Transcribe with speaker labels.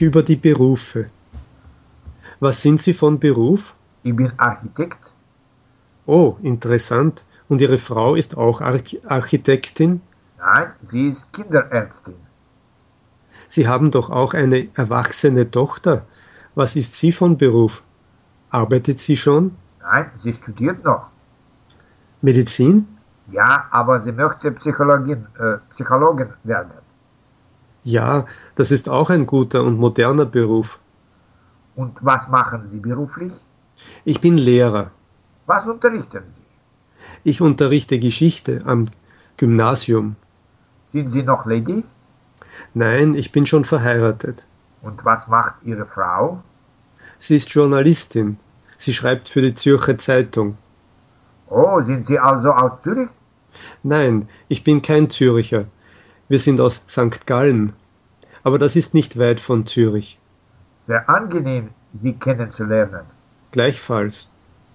Speaker 1: Über die Berufe. Was sind Sie von Beruf?
Speaker 2: Ich bin Architekt.
Speaker 1: Oh, interessant. Und Ihre Frau ist auch Arch Architektin?
Speaker 2: Nein, sie ist Kinderärztin.
Speaker 1: Sie haben doch auch eine erwachsene Tochter. Was ist sie von Beruf? Arbeitet sie schon?
Speaker 2: Nein, sie studiert noch.
Speaker 1: Medizin?
Speaker 2: Ja, aber sie möchte Psychologin, äh, Psychologin werden.
Speaker 1: Ja, das ist auch ein guter und moderner Beruf.
Speaker 2: Und was machen Sie beruflich?
Speaker 1: Ich bin Lehrer.
Speaker 2: Was unterrichten Sie?
Speaker 1: Ich unterrichte Geschichte am Gymnasium.
Speaker 2: Sind Sie noch ledig?
Speaker 1: Nein, ich bin schon verheiratet.
Speaker 2: Und was macht Ihre Frau?
Speaker 1: Sie ist Journalistin. Sie schreibt für die Zürcher Zeitung.
Speaker 2: Oh, sind Sie also aus Zürich?
Speaker 1: Nein, ich bin kein Züricher. Wir sind aus St. Gallen. Aber das ist nicht weit von Zürich.
Speaker 2: Sehr angenehm, Sie kennenzulernen.
Speaker 1: Gleichfalls.